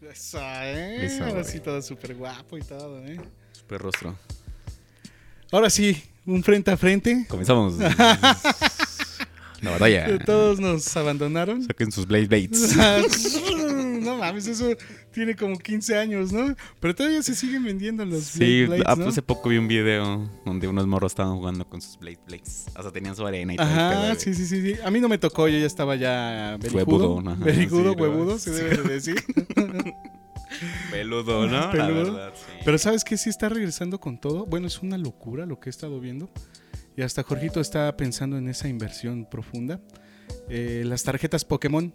Esa, ¿eh? Esa, Ahora güey. sí, todo súper guapo y todo, ¿eh? Super rostro. Ahora sí, un frente a frente. Eh, Comenzamos. La batalla. Todos nos abandonaron. Saquen sus Blaze Baits. no mames, eso tiene como 15 años, ¿no? Pero todavía se siguen vendiendo los Sí, Blade Blades, ah, ¿no? hace poco vi un video donde unos morros estaban jugando con sus Blade Blades. Hasta tenían su arena y todo. el pedo, Ajá, güey. sí, sí, sí, sí. A mí no me tocó, yo ya estaba ya vericudo. Huevudón, ajá, Vericudo, sí, lo- huevudo, se debe de decir. Peludo, ¿no? Peludo. La verdad, sí. Pero ¿sabes qué? Sí está regresando con todo. Bueno, es una locura lo que he estado viendo. Y hasta Jorgito está pensando en esa inversión profunda. Eh, las tarjetas Pokémon.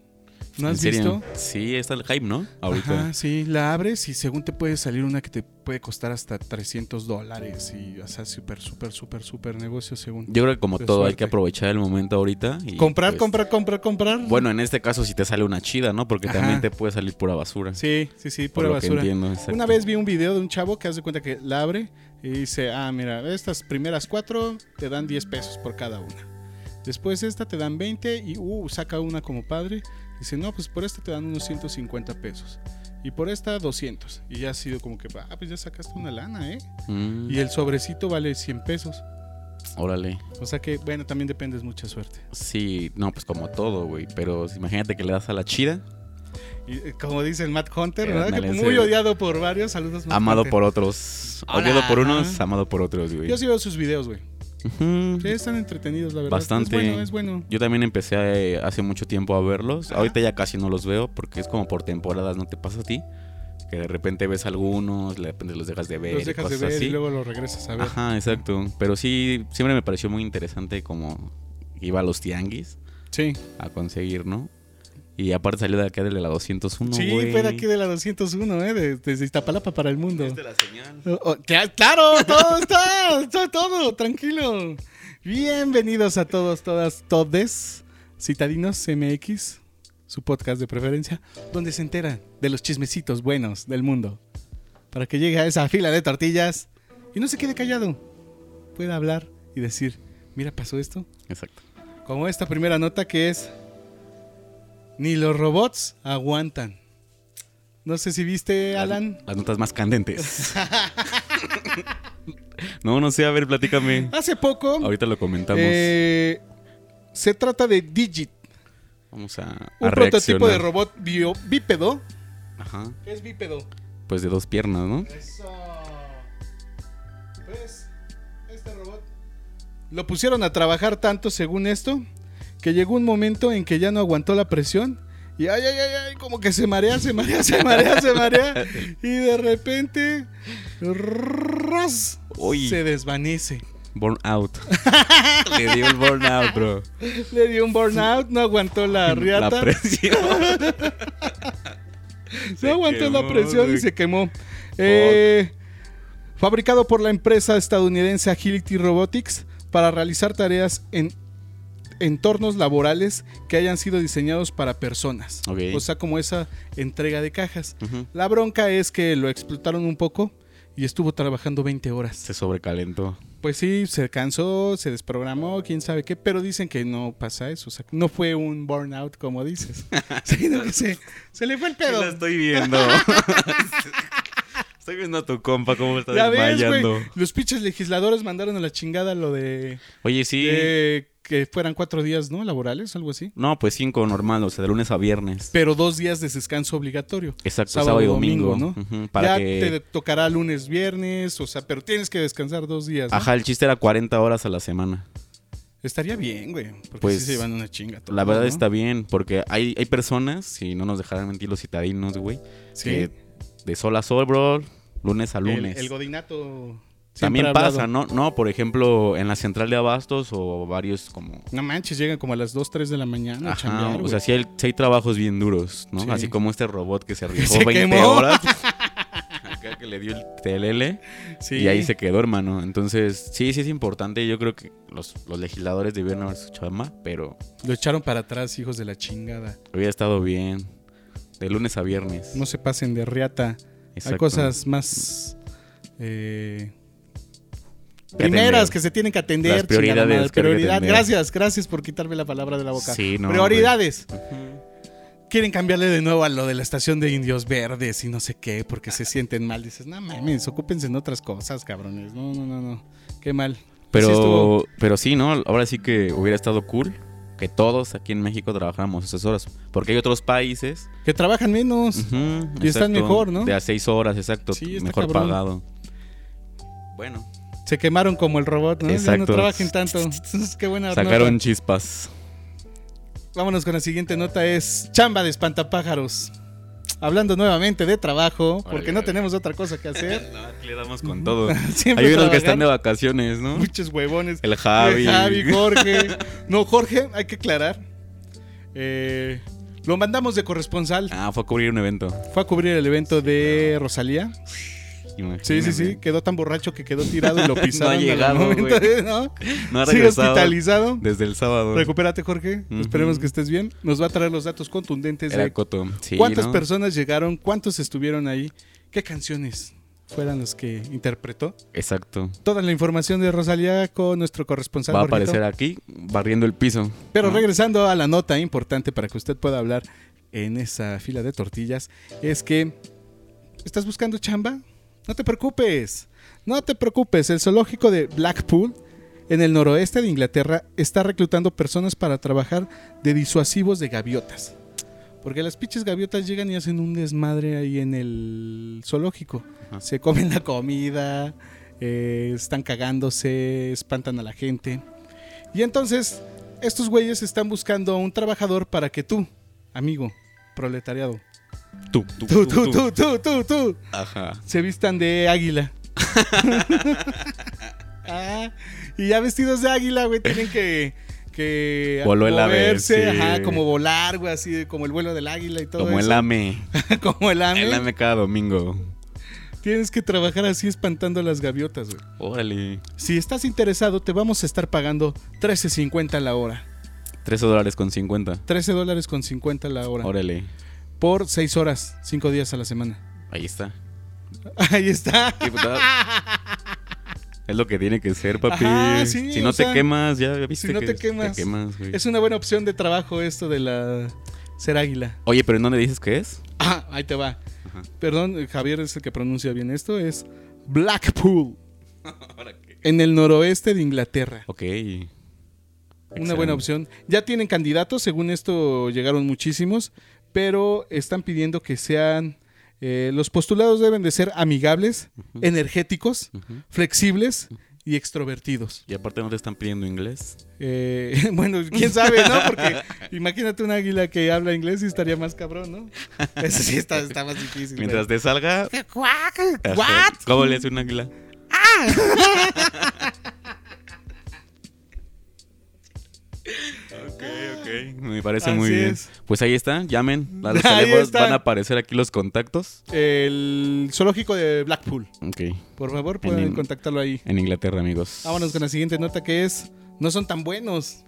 ¿No ¿En has serio? visto? Sí, está el hype, ¿no? Ahorita. Ajá, sí, la abres y según te puede salir una que te puede costar hasta 300 dólares. Y, o sea, súper, súper, súper, súper negocio según. Yo creo que como De todo hay Pues suerte. que aprovechar el momento ahorita. Y comprar, pues, comprar, comprar, comprar. Bueno, en este caso si te sale una chida, ¿no? Porque Ajá. también te puede salir pura basura. Sí, sí, sí, por pura lo basura. que entiendo. exacto. Una vez vi un video de un chavo que hace cuenta que la abre y dice, ah, mira, estas primeras cuatro te dan 10 pesos por cada una. Después esta te dan 20 y, uh, saca una como padre. Dice, no, pues por esta te dan unos 150 pesos. Y por esta 200. Y ya ha sido como que, ah, pues ya sacaste una lana, ¿eh? Mm, Y el sobrecito vale 100 pesos. Órale. O sea que, bueno, también dependes mucha suerte. Sí, no, pues como todo, güey. Pero si- imagínate que le das a la chida, Y eh, como dice el Matt Hunter, Eh, ¿verdad? Que ándale, muy ese- odiado por varios. Saludos, Matt amado Hunter. por otros. Hola. Odiado por unos, amado por otros, güey. Yo sí veo sus videos, güey. Ujú. Sí, están entretenidos, la verdad. Bastante. Es bueno, es bueno. Yo también empecé eh, hace mucho tiempo a verlos. Ahorita ya casi no los veo porque es como por temporadas, ¿no te pasa a ti? Que de repente ves algunos, de repente los dejas de ver. Los y dejas de cosas ver así. Ah, y luego los regresas a ver. Ajá, exacto. Pero sí, siempre me pareció muy interesante como iba a los tianguis Sí. a conseguir, ¿no? Y aparte salió de acá de la 201, sí, güey. fue de aquí de la 201, ¿eh? De- desde Iztapalapa para el mundo. ¿Viste la señal? Oh, oh, ya, claro, todo está, está todo, tranquilo. Bienvenidos a todos, todas, todes, Citadinos MX, su podcast de preferencia, donde se enteran de los chismecitos buenos del mundo. Para que llegue a esa fila de tortillas y no se quede callado. Pueda hablar y decir, mira, pasó esto, Exacto. Como esta primera nota que es Ni los robots aguantan. No sé si viste, Alan. Las, las notas más candentes. no, no sé, a ver, platícame. Hace poco Ahorita lo comentamos. eh, se trata de Digit, Vamos a, a un prototipo reaccionar. de robot bio- bípedo. Ajá. ¿Qué es bípedo? Pues de dos piernas, ¿no? Eso. Pues, este robot. Lo pusieron a trabajar tanto, según esto, que llegó un momento en que ya no aguantó la presión. Y ay, ay, ay, ay, como que se marea, se marea, se marea, se marea. Y de repente. ras, Uy. Se desvanece. Burn out. Le dio el burn out, bro. Le dio un burnout, no aguantó la riata. La presión. No aguantó la quemó, presión y güey. se quemó. Eh, fabricado por la empresa estadounidense Agility Robotics para realizar tareas en entornos laborales que hayan sido diseñados para personas. Ok. O sea, como esa entrega de cajas. Ujú. La bronca es que lo explotaron un poco y estuvo trabajando 20 horas. Se sobrecalentó. Pues sí, se cansó, se desprogramó, quién sabe qué, pero dicen que no pasa eso. O sea, no fue un burnout como dices, sino que se, se le fue el pedo. La estoy viendo. estoy viendo a tu compa cómo está Ya ves, desmayando. güey. Los pinches legisladores mandaron a la chingada lo de, Oye, sí. de que fueran cuatro días, ¿no? Laborales, algo así. No, pues cinco normal, o sea, de lunes a viernes. Pero dos días de descanso obligatorio. Exacto, sábado sábado, y y domingo. domingo, Ujú, para ya que... te tocará lunes, viernes, o sea, pero tienes que descansar dos días. ¿no? Ajá, el chiste era 40 horas a la semana. Estaría bien, güey. Porque Pues, sí se llevan una chinga. todos, La verdad ¿no? está bien, porque hay, hay personas, si no nos dejaran mentir los citadinos, güey, Sí. que de sol a sol, bro, lunes a El- lunes. El, godinato. siempre También ha hablado. pasa, ¿no? No, por ejemplo, en la central de abastos o varios como... No manches, llegan como a las 2, 3 de la mañana. a Ajá, chambear, o güey. sea, sí hay, sí hay trabajos bien duros, ¿no? Sí. Así como este robot que se rifó se 20 quemó. horas. Acá que le dio el telele Sí. y ahí se quedó, hermano. Entonces, sí, sí es importante. Yo creo que los, los legisladores debieron haber su chamba, pero Lo echaron para atrás, hijos de la chingada. había estado bien. De lunes a viernes. No se pasen de riata. Hay Exacto. cosas más eh, Que primeras atender. que se tienen que atender. Las prioridades chingada madre. que hay que Prioridad. atender. Gracias, gracias por quitarme la palabra de la boca. Sí, no, prioridades. Ujú. quieren cambiarle de nuevo a lo de la estación de indios verdes y no sé qué, porque se sienten mal. Dices, no mames, ocúpense en otras cosas, cabrones. No, no, no, no. Qué mal. pues Sí Pero, estuvo- pero sí, ¿no? Ahora sí que hubiera estado cool que todos aquí en México trabajáramos esas horas. Porque hay otros países. que trabajan menos. ujú, Y están exacto, mejor, ¿no? De a seis horas, exacto. Sí, está mejor cabrón. pagado. Bueno, Se quemaron como el robot, ¿no? Ya No Exacto. trabajen tanto. Qué buena nota. sacaron chispas. Vámonos con la siguiente nota, es chamba de espantapájaros. Hablando nuevamente de trabajo, porque no Órale. tenemos otra cosa que hacer. No, aquí le damos con todo. Siempre Hay unos trabajar. que están de vacaciones, ¿no? Muchos huevones. El Javi. Javi, Jorge. No, Jorge, hay que aclarar. Eh, lo mandamos de corresponsal. Ah, fue a cubrir un evento. Fue a cubrir el evento de Rosalía. Sí, sí, Imagínate. sí. Quedó tan borracho que quedó tirado y lo pisaron. al llegado, momento güey. de- ¿no? No ha Sigue regresado hospitalizado. desde el sábado. Recupérate, Jorge. Ujú. Esperemos que estés bien. Nos va a traer los datos contundentes Era de Coto. Sí, cuántas ¿no? personas llegaron, cuántos estuvieron ahí, qué canciones fueran los que interpretó. Exacto. Toda la información de Rosalía con nuestro corresponsal. Va a Jorgito. aparecer aquí barriendo el piso. Pero ¿no? regresando a la nota importante para que usted pueda hablar en esa fila de tortillas, es que ¿estás buscando chamba? No te preocupes, no te preocupes, el zoológico de Blackpool en el noroeste de Inglaterra está reclutando personas para trabajar de disuasivos de gaviotas. Porque las pinches gaviotas llegan y hacen un desmadre ahí en el zoológico. Ajá. Se comen la comida, eh, están cagándose, espantan a la gente. Y entonces, estos güeyes están buscando a un trabajador para que tú, amigo, proletariado, Tú, tú, tú, tú, tú, tú, tú, tú, Ajá. se vistan de águila. Ah, y ya vestidos de águila, güey, tienen que. que Voló el ave, sí. ajá, como volar, güey, así como el vuelo del águila y todo Como el eso. AME. como el ave. El AME cada domingo. Tienes que trabajar así espantando a las gaviotas, güey. Órale. Si estás interesado, te vamos a estar pagando 13.50 la hora. 13 dólares con 50. 13 dólares con 50 la hora. Órale. Por 6 horas, 5 días a la semana. Ahí está. Ahí está. Sí, pues, da- Es lo que tiene que ser, papi. Ajá, sí, si no o te sea, quemas, ya viste si no que te quemas. güey. Es una buena opción de trabajo esto de la ser águila. Oye, pero ¿no le dices qué es? Ah, ahí te va. Ajá. Perdón, eh, Javier es el que pronuncia bien esto. Es Blackpool. En el noroeste de Inglaterra. Ok. Una buena opción. Ya tienen candidatos, según esto llegaron muchísimos, pero están pidiendo que sean... eh, los postulados deben de ser amigables, energéticos, Ujú. flexibles y extrovertidos. Y aparte no te están pidiendo inglés. Eh, bueno, quién sabe, ¿no? Porque imagínate un águila que habla inglés y estaría más cabrón, ¿no? Eso sí está, está más difícil. güey. Mientras te salga... Guac, Ajá. guac. ¿Cómo le hace un águila? Ah. Ok, ok. Me parece muy Así bien. es. Pues ahí está, llamen. A los Ahí teléfonos está. van a aparecer aquí los contactos. El zoológico de Blackpool. Ok. Por favor, pueden In- contactarlo ahí. En Inglaterra, amigos. Vámonos con la siguiente nota que es, no son tan buenos.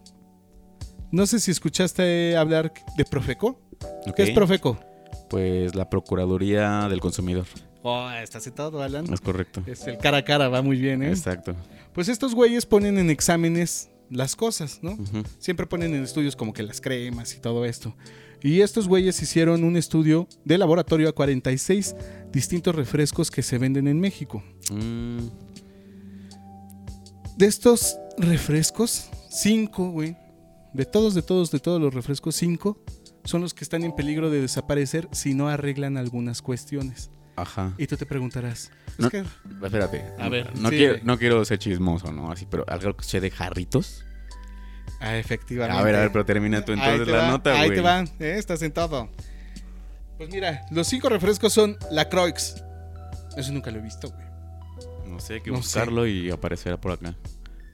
No sé si escuchaste hablar de Profeco. Ok. ¿Qué es Profeco? Pues la Procuraduría del Consumidor. Oh, estás todo, Alan. Es correcto. Es el cara a cara, va muy bien, ¿eh? Exacto. Pues estos güeyes ponen en exámenes las cosas, ¿no? Ujú. Siempre ponen en estudios como que las cremas y todo esto. Y estos güeyes hicieron un estudio de laboratorio a 46 distintos refrescos que se venden en México. Mm, De estos refrescos, cinco, güey. De todos, de todos, de todos los refrescos, cinco son los que están en peligro de desaparecer si no arreglan algunas cuestiones. ajá. Y tú te preguntarás, es No. que Espérate. A ver, No, sí. quiero, no quiero ser chismoso, ¿no? Así, pero algo que se de jarritos. Ah, efectivamente. A ver, a ver, pero termina tú Ahí entonces te la va, nota, güey. Ahí te van, eh, estás sentado. Pues mira, los cinco refrescos son la Croix. Eso nunca lo he visto, güey. No sé, hay que No sé. buscarlo y aparecerá por acá.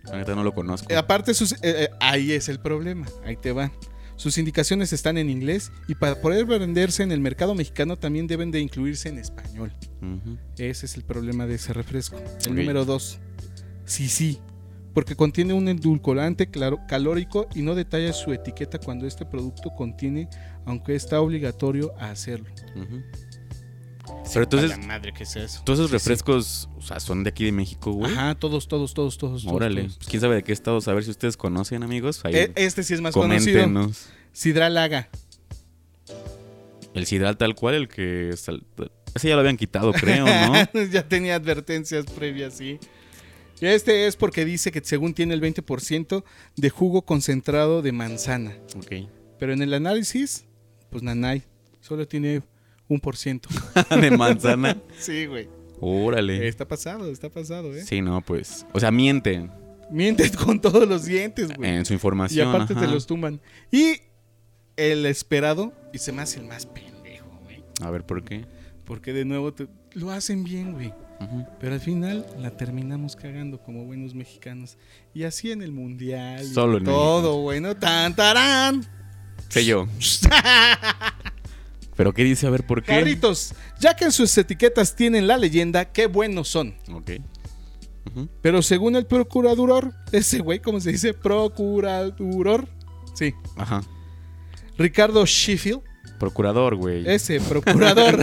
La neta no lo conozco. Eh, aparte, sus, eh, eh, ahí es el problema. Ahí te va. Sus indicaciones están en inglés y para poder venderse en el mercado mexicano también deben de incluirse en español. Ujú. Ese es el problema de ese refresco. El Ok. número dos. Sí, sí. Porque contiene un edulcorante claro, calórico y no detalla su etiqueta cuando este producto contiene, aunque está obligatorio a hacerlo. Ujú. Pero entonces, madre, ¿qué es eso? todos esos refrescos, o sea, son de aquí de México, güey. Ajá, todos, todos, todos, todos. todos, Órale. todos. Pues, ¿Quién sabe de qué estados? A ver si ustedes conocen, amigos. Ahí E- Este sí es más Eh, conocido. coméntenos. Sidra Laga. El sidral tal cual, el que... sal- Ese ya lo habían quitado, creo, ¿no? ya tenía advertencias previas, sí. Y Este es porque dice que según tiene el 20% de jugo concentrado de manzana. ok. Pero en el análisis, pues Nanay solo tiene un por ciento. De manzana. Sí, güey. Órale. Está pasado, está pasado, ¿eh? Sí, no, pues... O sea, mienten Mientes con todos los dientes, güey. en su Y información. aparte te ajá. los tumban. Y el esperado, y se me hace el más pendejo, güey. A ver, ¿por qué? Porque de nuevo te- lo hacen bien, güey. Ujú. Pero al final la terminamos cagando como buenos mexicanos. Y así en el mundial. y Solo en Todo bueno, tan tarán. Sé yo. ¿Pero qué dice? A ver, ¿por qué? Carritos, ya que en sus etiquetas tienen la leyenda, qué buenos son. Ok. Ujú. Pero según el procurador, ese güey, ¿cómo se dice? Procurador. Sí. Ajá. Ricardo Sheffield, Procurador, güey. ese procurador.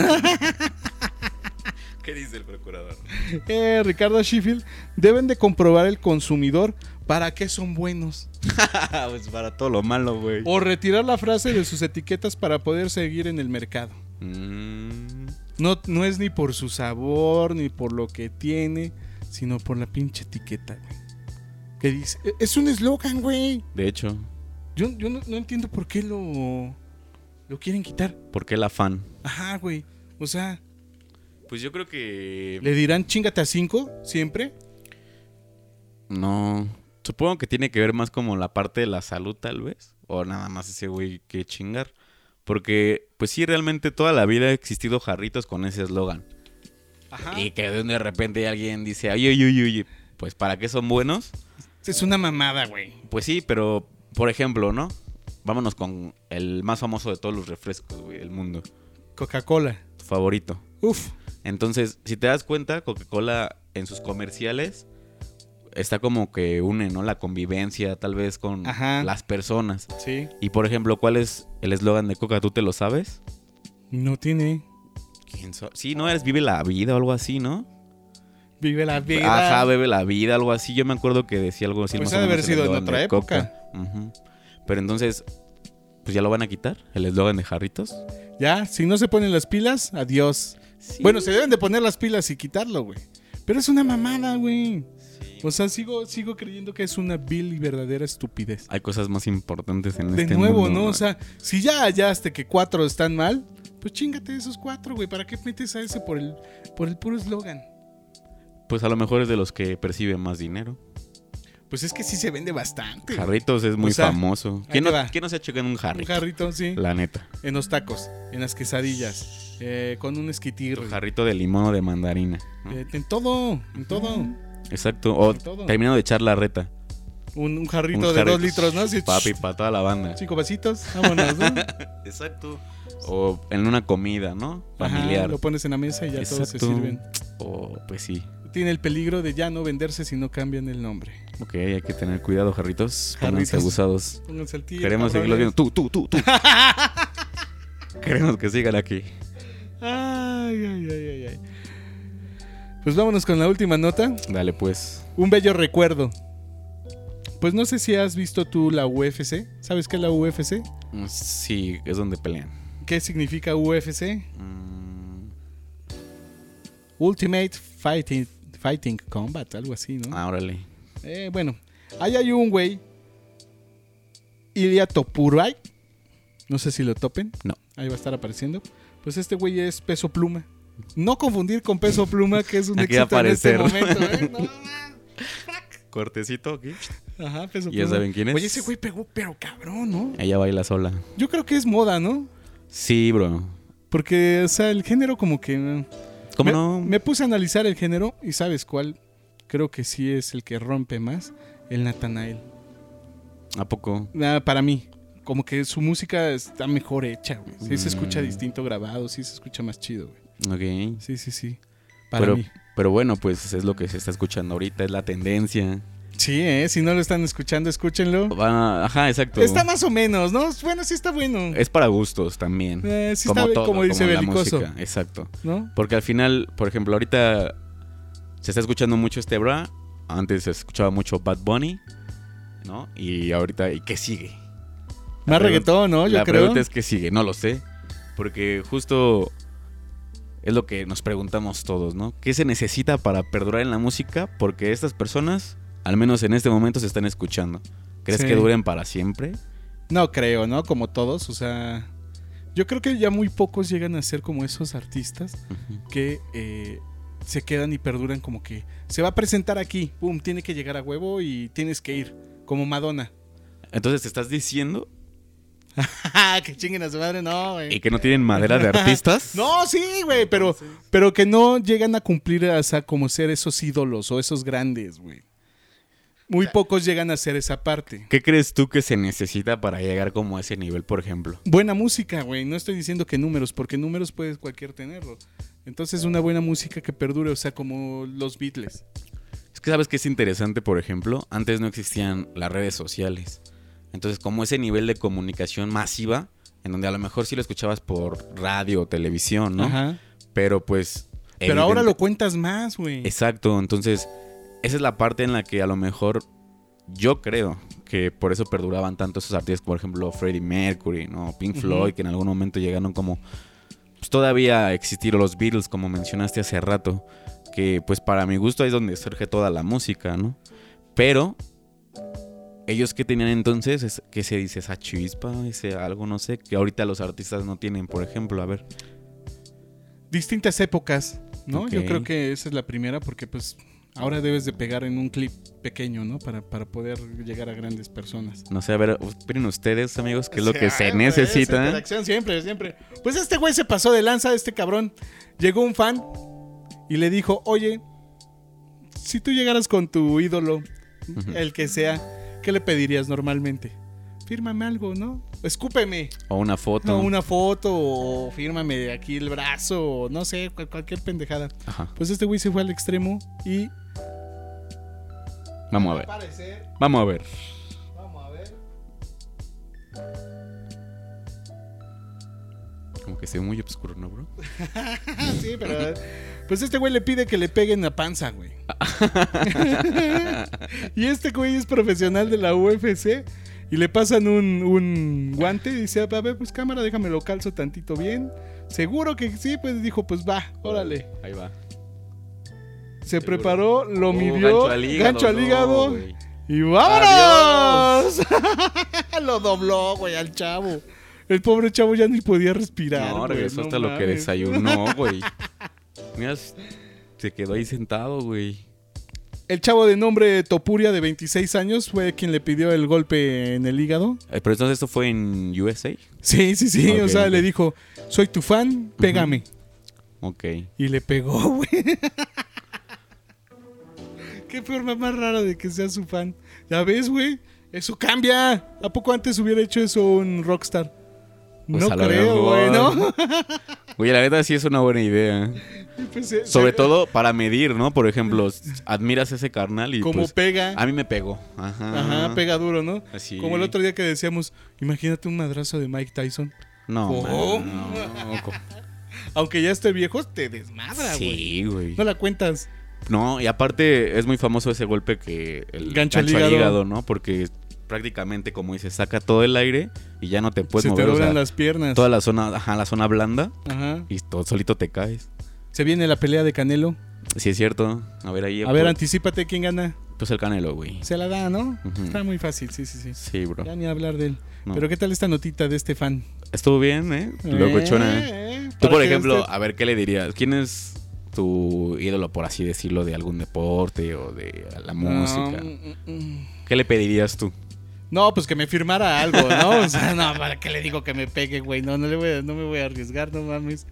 ¿Qué dice el procurador? eh, Ricardo Sheffield, deben de comprobar el consumidor para qué son buenos. pues para todo lo malo, güey. O retirar la frase de sus etiquetas para poder seguir en el mercado. Mm, No, no es ni por su sabor, ni por lo que tiene, sino por la pinche etiqueta, güey. Que dice, "E- es un eslogan, güey. de hecho, Yo, yo no, no entiendo por qué lo, lo quieren quitar. ¿por qué el afán? Ajá, güey. O sea, Pues yo creo que... le dirán chingate a cinco siempre. No. Supongo que tiene que ver más como la parte de la salud, tal vez. O nada más ese güey que chingar. Porque, pues sí, realmente toda la vida ha existido jarritos con ese eslogan. Ajá. Y que de repente alguien dice, ay, ay, ay, ay, pues ¿para qué son buenos? Es una mamada, güey. Pues sí, pero, por ejemplo, ¿no? Vámonos con el más famoso de todos los refrescos, güey, del mundo. Coca-Cola. Tu favorito. Uf. Entonces, si te das cuenta, Coca-Cola en sus comerciales está como que une, ¿no? La convivencia, tal vez, con Ajá. las personas. Sí. Y, por ejemplo, ¿cuál es el eslogan de Coca? ¿Tú te lo sabes? No tiene. ¿Quién so- Sí, ¿no? Eres Vive la Vida o algo así, ¿no? Vive la vida. Ajá, bebe la vida, algo así. Yo me acuerdo que decía algo así. Pues más ha o de haber menos el sido en eslogan otra de época. Coca. Ujú. Pero entonces, pues ya lo van a quitar, el eslogan de jarritos. Ya, si no se ponen las pilas, adiós. Sí. Bueno, se deben de poner las pilas y quitarlo, güey. Pero es una mamada, güey. O sea, sigo, sigo creyendo que es una vil y verdadera estupidez. Hay cosas más importantes Ah, en De este nuevo, mundo, ¿no? O sea, si ya hallaste que cuatro están mal, pues chingate esos cuatro, güey. ¿Para qué metes a ese por el, por el puro eslogan? Pues a lo mejor es de los que perciben más dinero. Pues es que sí se vende bastante. güey. Jarritos es muy O sea, famoso. ahí ¿Quién te no, va. quién no se ha chocado en un Un jarrito? jarrito, sí. La neta. En los tacos, en las quesadillas, eh, con un esquitirro. Un jarrito de limón o de mandarina. ¿no? Eh, en todo, en todo. Un, Exacto. O con todo. terminando de echar la reta. un jarrito Un de jarrito. dos litros, ¿no? Así, Papi, para toda la banda. Cinco vasitos, vámonos, ¿no? Exacto. O en una comida, ¿no? Ajá, Familiar. lo pones en la mesa y ya todos se Exacto. sirven. O pues sí. Tiene el peligro de ya no venderse si no cambian el nombre. Ok, hay que tener cuidado, jarritos. Pónganse Jarritos. abusados. Pónganse al tiro. Queremos seguirlos viendo. cabrones. Tú, tú, tú, tú. Queremos que sigan aquí. Ay, ay, ay, ay, ay. Pues vámonos con la última nota. Dale, pues. Un bello recuerdo. Pues no sé si has visto tú la UFC. ¿Sabes qué es la UFC? Mm, Sí, es donde pelean. ¿Qué significa UFC? Mm, Ultimate Fighting, Fighting Combat, algo así, ¿no? Ah, órale. Eh, bueno, ahí hay un güey, Ilya Topuray. No sé si lo topen. No. Ahí va a estar apareciendo. Pues este güey es peso pluma. No confundir con peso pluma, que es un Aquí va a éxito en este aparecer. momento. ¿eh? No, no. Cortecito aquí. Ajá, peso Ya pluma. saben quién es. Oye, ese güey pegó, pero cabrón, ¿no? Ella baila sola. Yo creo que es moda, ¿no? Sí, bro. Porque, o sea, el género como que... eh, ¿Cómo me, no? Me puse a analizar el género y ¿sabes cuál? Creo que sí es el que rompe más. El Nathanael. ¿A poco? Nada, Ah, para mí. Como que su música está mejor hecha, güey. Sí se escucha Mm. distinto grabado, sí se escucha más chido, güey. Ok. Sí, sí, sí. Para pero, mí. pero bueno, pues es lo que se está escuchando ahorita, es la tendencia. Sí, eh, si no lo están escuchando, escúchenlo. Va- ajá, exacto. Está más o menos, ¿no? Bueno, sí está bueno. Es para gustos también. Eh, sí está, todo, como dice la Belicoso, música, Exacto. ¿no? Porque al final, por ejemplo, ahorita se está escuchando mucho este bra. Antes se escuchaba mucho Bad Bunny, ¿no? Y ahorita, ¿y qué sigue? Más pregunta- reggaetón, ¿no? Yo la creo. pregunta es qué sigue, no lo sé. Porque justo es lo que nos preguntamos todos, ¿no? ¿Qué se necesita para perdurar en la música? Porque estas personas, al menos en este momento, se están escuchando. ¿Crees Sí. que duren para siempre? No creo, ¿no? Como todos, o sea, yo creo que ya muy pocos llegan a ser como esos artistas que eh, se quedan y perduran como que se va a presentar aquí, pum, tiene que llegar a huevo y tienes que ir, como Madonna. Entonces te estás diciendo que chinguen a su madre, no, güey. y que no tienen madera de artistas. No, sí, güey, pero, pero que no llegan a cumplir o sea, como ser esos ídolos o esos grandes, güey. Muy pocos llegan a ser esa parte. ¿Qué crees tú que se necesita para llegar como a ese nivel, por ejemplo? Buena música, güey. No estoy diciendo que números, porque números puedes cualquier tenerlo. Entonces, una buena música que perdure, o sea, como los Beatles. Es que sabes que es interesante, por ejemplo, antes no existían las redes sociales. Entonces, como ese nivel de comunicación masiva, en donde a lo mejor sí lo escuchabas por radio o televisión, ¿no? Ajá. Pero pues... Pero ahora evidente- lo cuentas más, güey. Exacto, entonces esa es la parte en la que a lo mejor yo creo que por eso perduraban tanto esos artistas, por ejemplo, Freddie Mercury, ¿no? Pink Ujú. Floyd, que en algún momento llegaron como pues, todavía a existir o los Beatles, como mencionaste hace rato, que pues para mi gusto ahí es donde surge toda la música, ¿no? Pero ellos que tenían entonces, es, ¿qué se dice? Esa chispa, ese algo, no sé, que ahorita los artistas no tienen, por ejemplo, a ver. Distintas épocas, ¿no? Yo Ok. creo que esa es la primera, porque pues ahora debes de pegar en un clip pequeño, ¿no? Para, para poder llegar a grandes personas. No sé, a ver, opinen ustedes, amigos, qué es lo que Ay, se güey, esa necesita. ¿eh? interacción siempre, siempre. Pues este güey se pasó de lanza, este cabrón. Llegó un fan y le dijo, oye, si tú llegaras con tu ídolo, Ujú. el que sea, ¿qué le pedirías normalmente? Fírmame algo, ¿no? Escúpeme. O una foto. No, una foto o fírmame aquí el brazo o no sé, cual- cualquier pendejada. Ajá. Pues este güey se fue al extremo y... Vamos a ver. Aparecer, Vamos a ver. vamos a ver. Como que se ve muy oscuro, ¿no, bro? sí, pero. Pues este güey le pide que le peguen la panza, güey. y este güey es profesional de la UFC. Y le pasan un, un guante y dice, a ver, pues cámara, déjame lo calzo tantito bien. Seguro que sí, pues dijo, pues va, órale. Ahí va. Se Seguro. preparó, lo Oh, midió, gancho al hígado, no, güey. y vámonos. lo dobló, güey, al chavo. El pobre chavo ya ni podía respirar. no, güey, regresó no hasta lo que mames. desayunó, güey. Mira, se quedó ahí sentado, güey. El chavo de nombre Topuria, de 26 años, fue quien le pidió el golpe en el hígado. Eh, Pero entonces esto fue en USA. Sí, sí, sí. O Ok, sea, ok. le dijo, soy tu fan, pégame. Ok. Y le pegó, güey. Qué forma más rara de que sea su fan. Ya ves, güey. Eso cambia. ¿A poco antes hubiera hecho eso un rockstar? Pues no a lo creo, güey, mejor. ¿no? Güey, la neta sí es una buena idea. Y pues, eh, Sobre se- todo para medir, ¿no? Por ejemplo, admiras a ese carnal y Como pues, pega. a mí me pegó. Ajá. Ajá, pega duro, ¿no? Así. Como el otro día que decíamos, imagínate un madrazo de Mike Tyson. No, Oh. man, no. co- Aunque ya esté viejo, te desmadra, güey. Sí, güey. No la cuentas. No, y aparte es muy famoso ese golpe que el Gancho gancho, al al hígado. hígado, ¿no? Porque prácticamente, como dices, saca todo el aire y ya no te puedes se mover. te o sea, doblan las piernas. Toda la zona, ajá, la zona blanda Ajá. y todo solito te caes. Se viene la pelea de Canelo. Sí, es cierto. A ver ahí. A ver, pues, anticipate quién gana. pues el canelo, güey. Se la da, ¿no? Ujú. Está muy fácil, sí, sí, sí. Sí, bro. Ya ni hablar de él. No. Pero ¿qué tal esta notita de este fan? Estuvo bien, ¿eh? Locochona, ¿eh? Eh, eh, Tú, para por que ejemplo, este- a ver, ¿qué le dirías? ¿Quién es tu ídolo, por así decirlo, de algún deporte o de la música? No, mm, mm, mm. ¿Qué le pedirías tú? No, pues que me firmara algo, ¿no? O sea, no, ¿para qué le digo que me pegue, güey? No, no, le voy a- no me voy a arriesgar, no mames.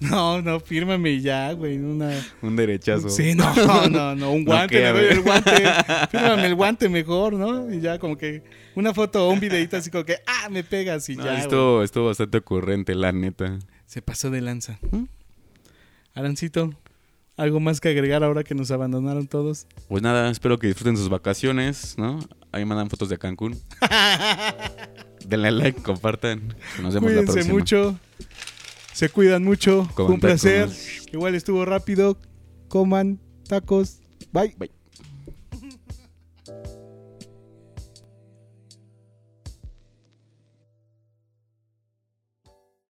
No, no, fírmame ya, güey. Una... Un derechazo. Sí, no, no, no, no, un No guante, le queda, doy el güey. guante. Fírmame el guante mejor, ¿no? Y ya como que una foto o un videito así como que, ah, me pegas y No, ya. güey. esto, estuvo bastante ocurrente, la neta. Se pasó de lanza. ¿Mm? Arancito, ¿algo más que agregar ahora que nos abandonaron todos? Pues nada, espero que disfruten sus vacaciones, ¿no? Ahí mandan fotos de Cancún. Denle like, compartan. Nos vemos la Cuídense próxima. mucho. Se cuidan mucho. Fue Coman un placer. tacos. Igual estuvo rápido. Coman tacos. Bye. Bye.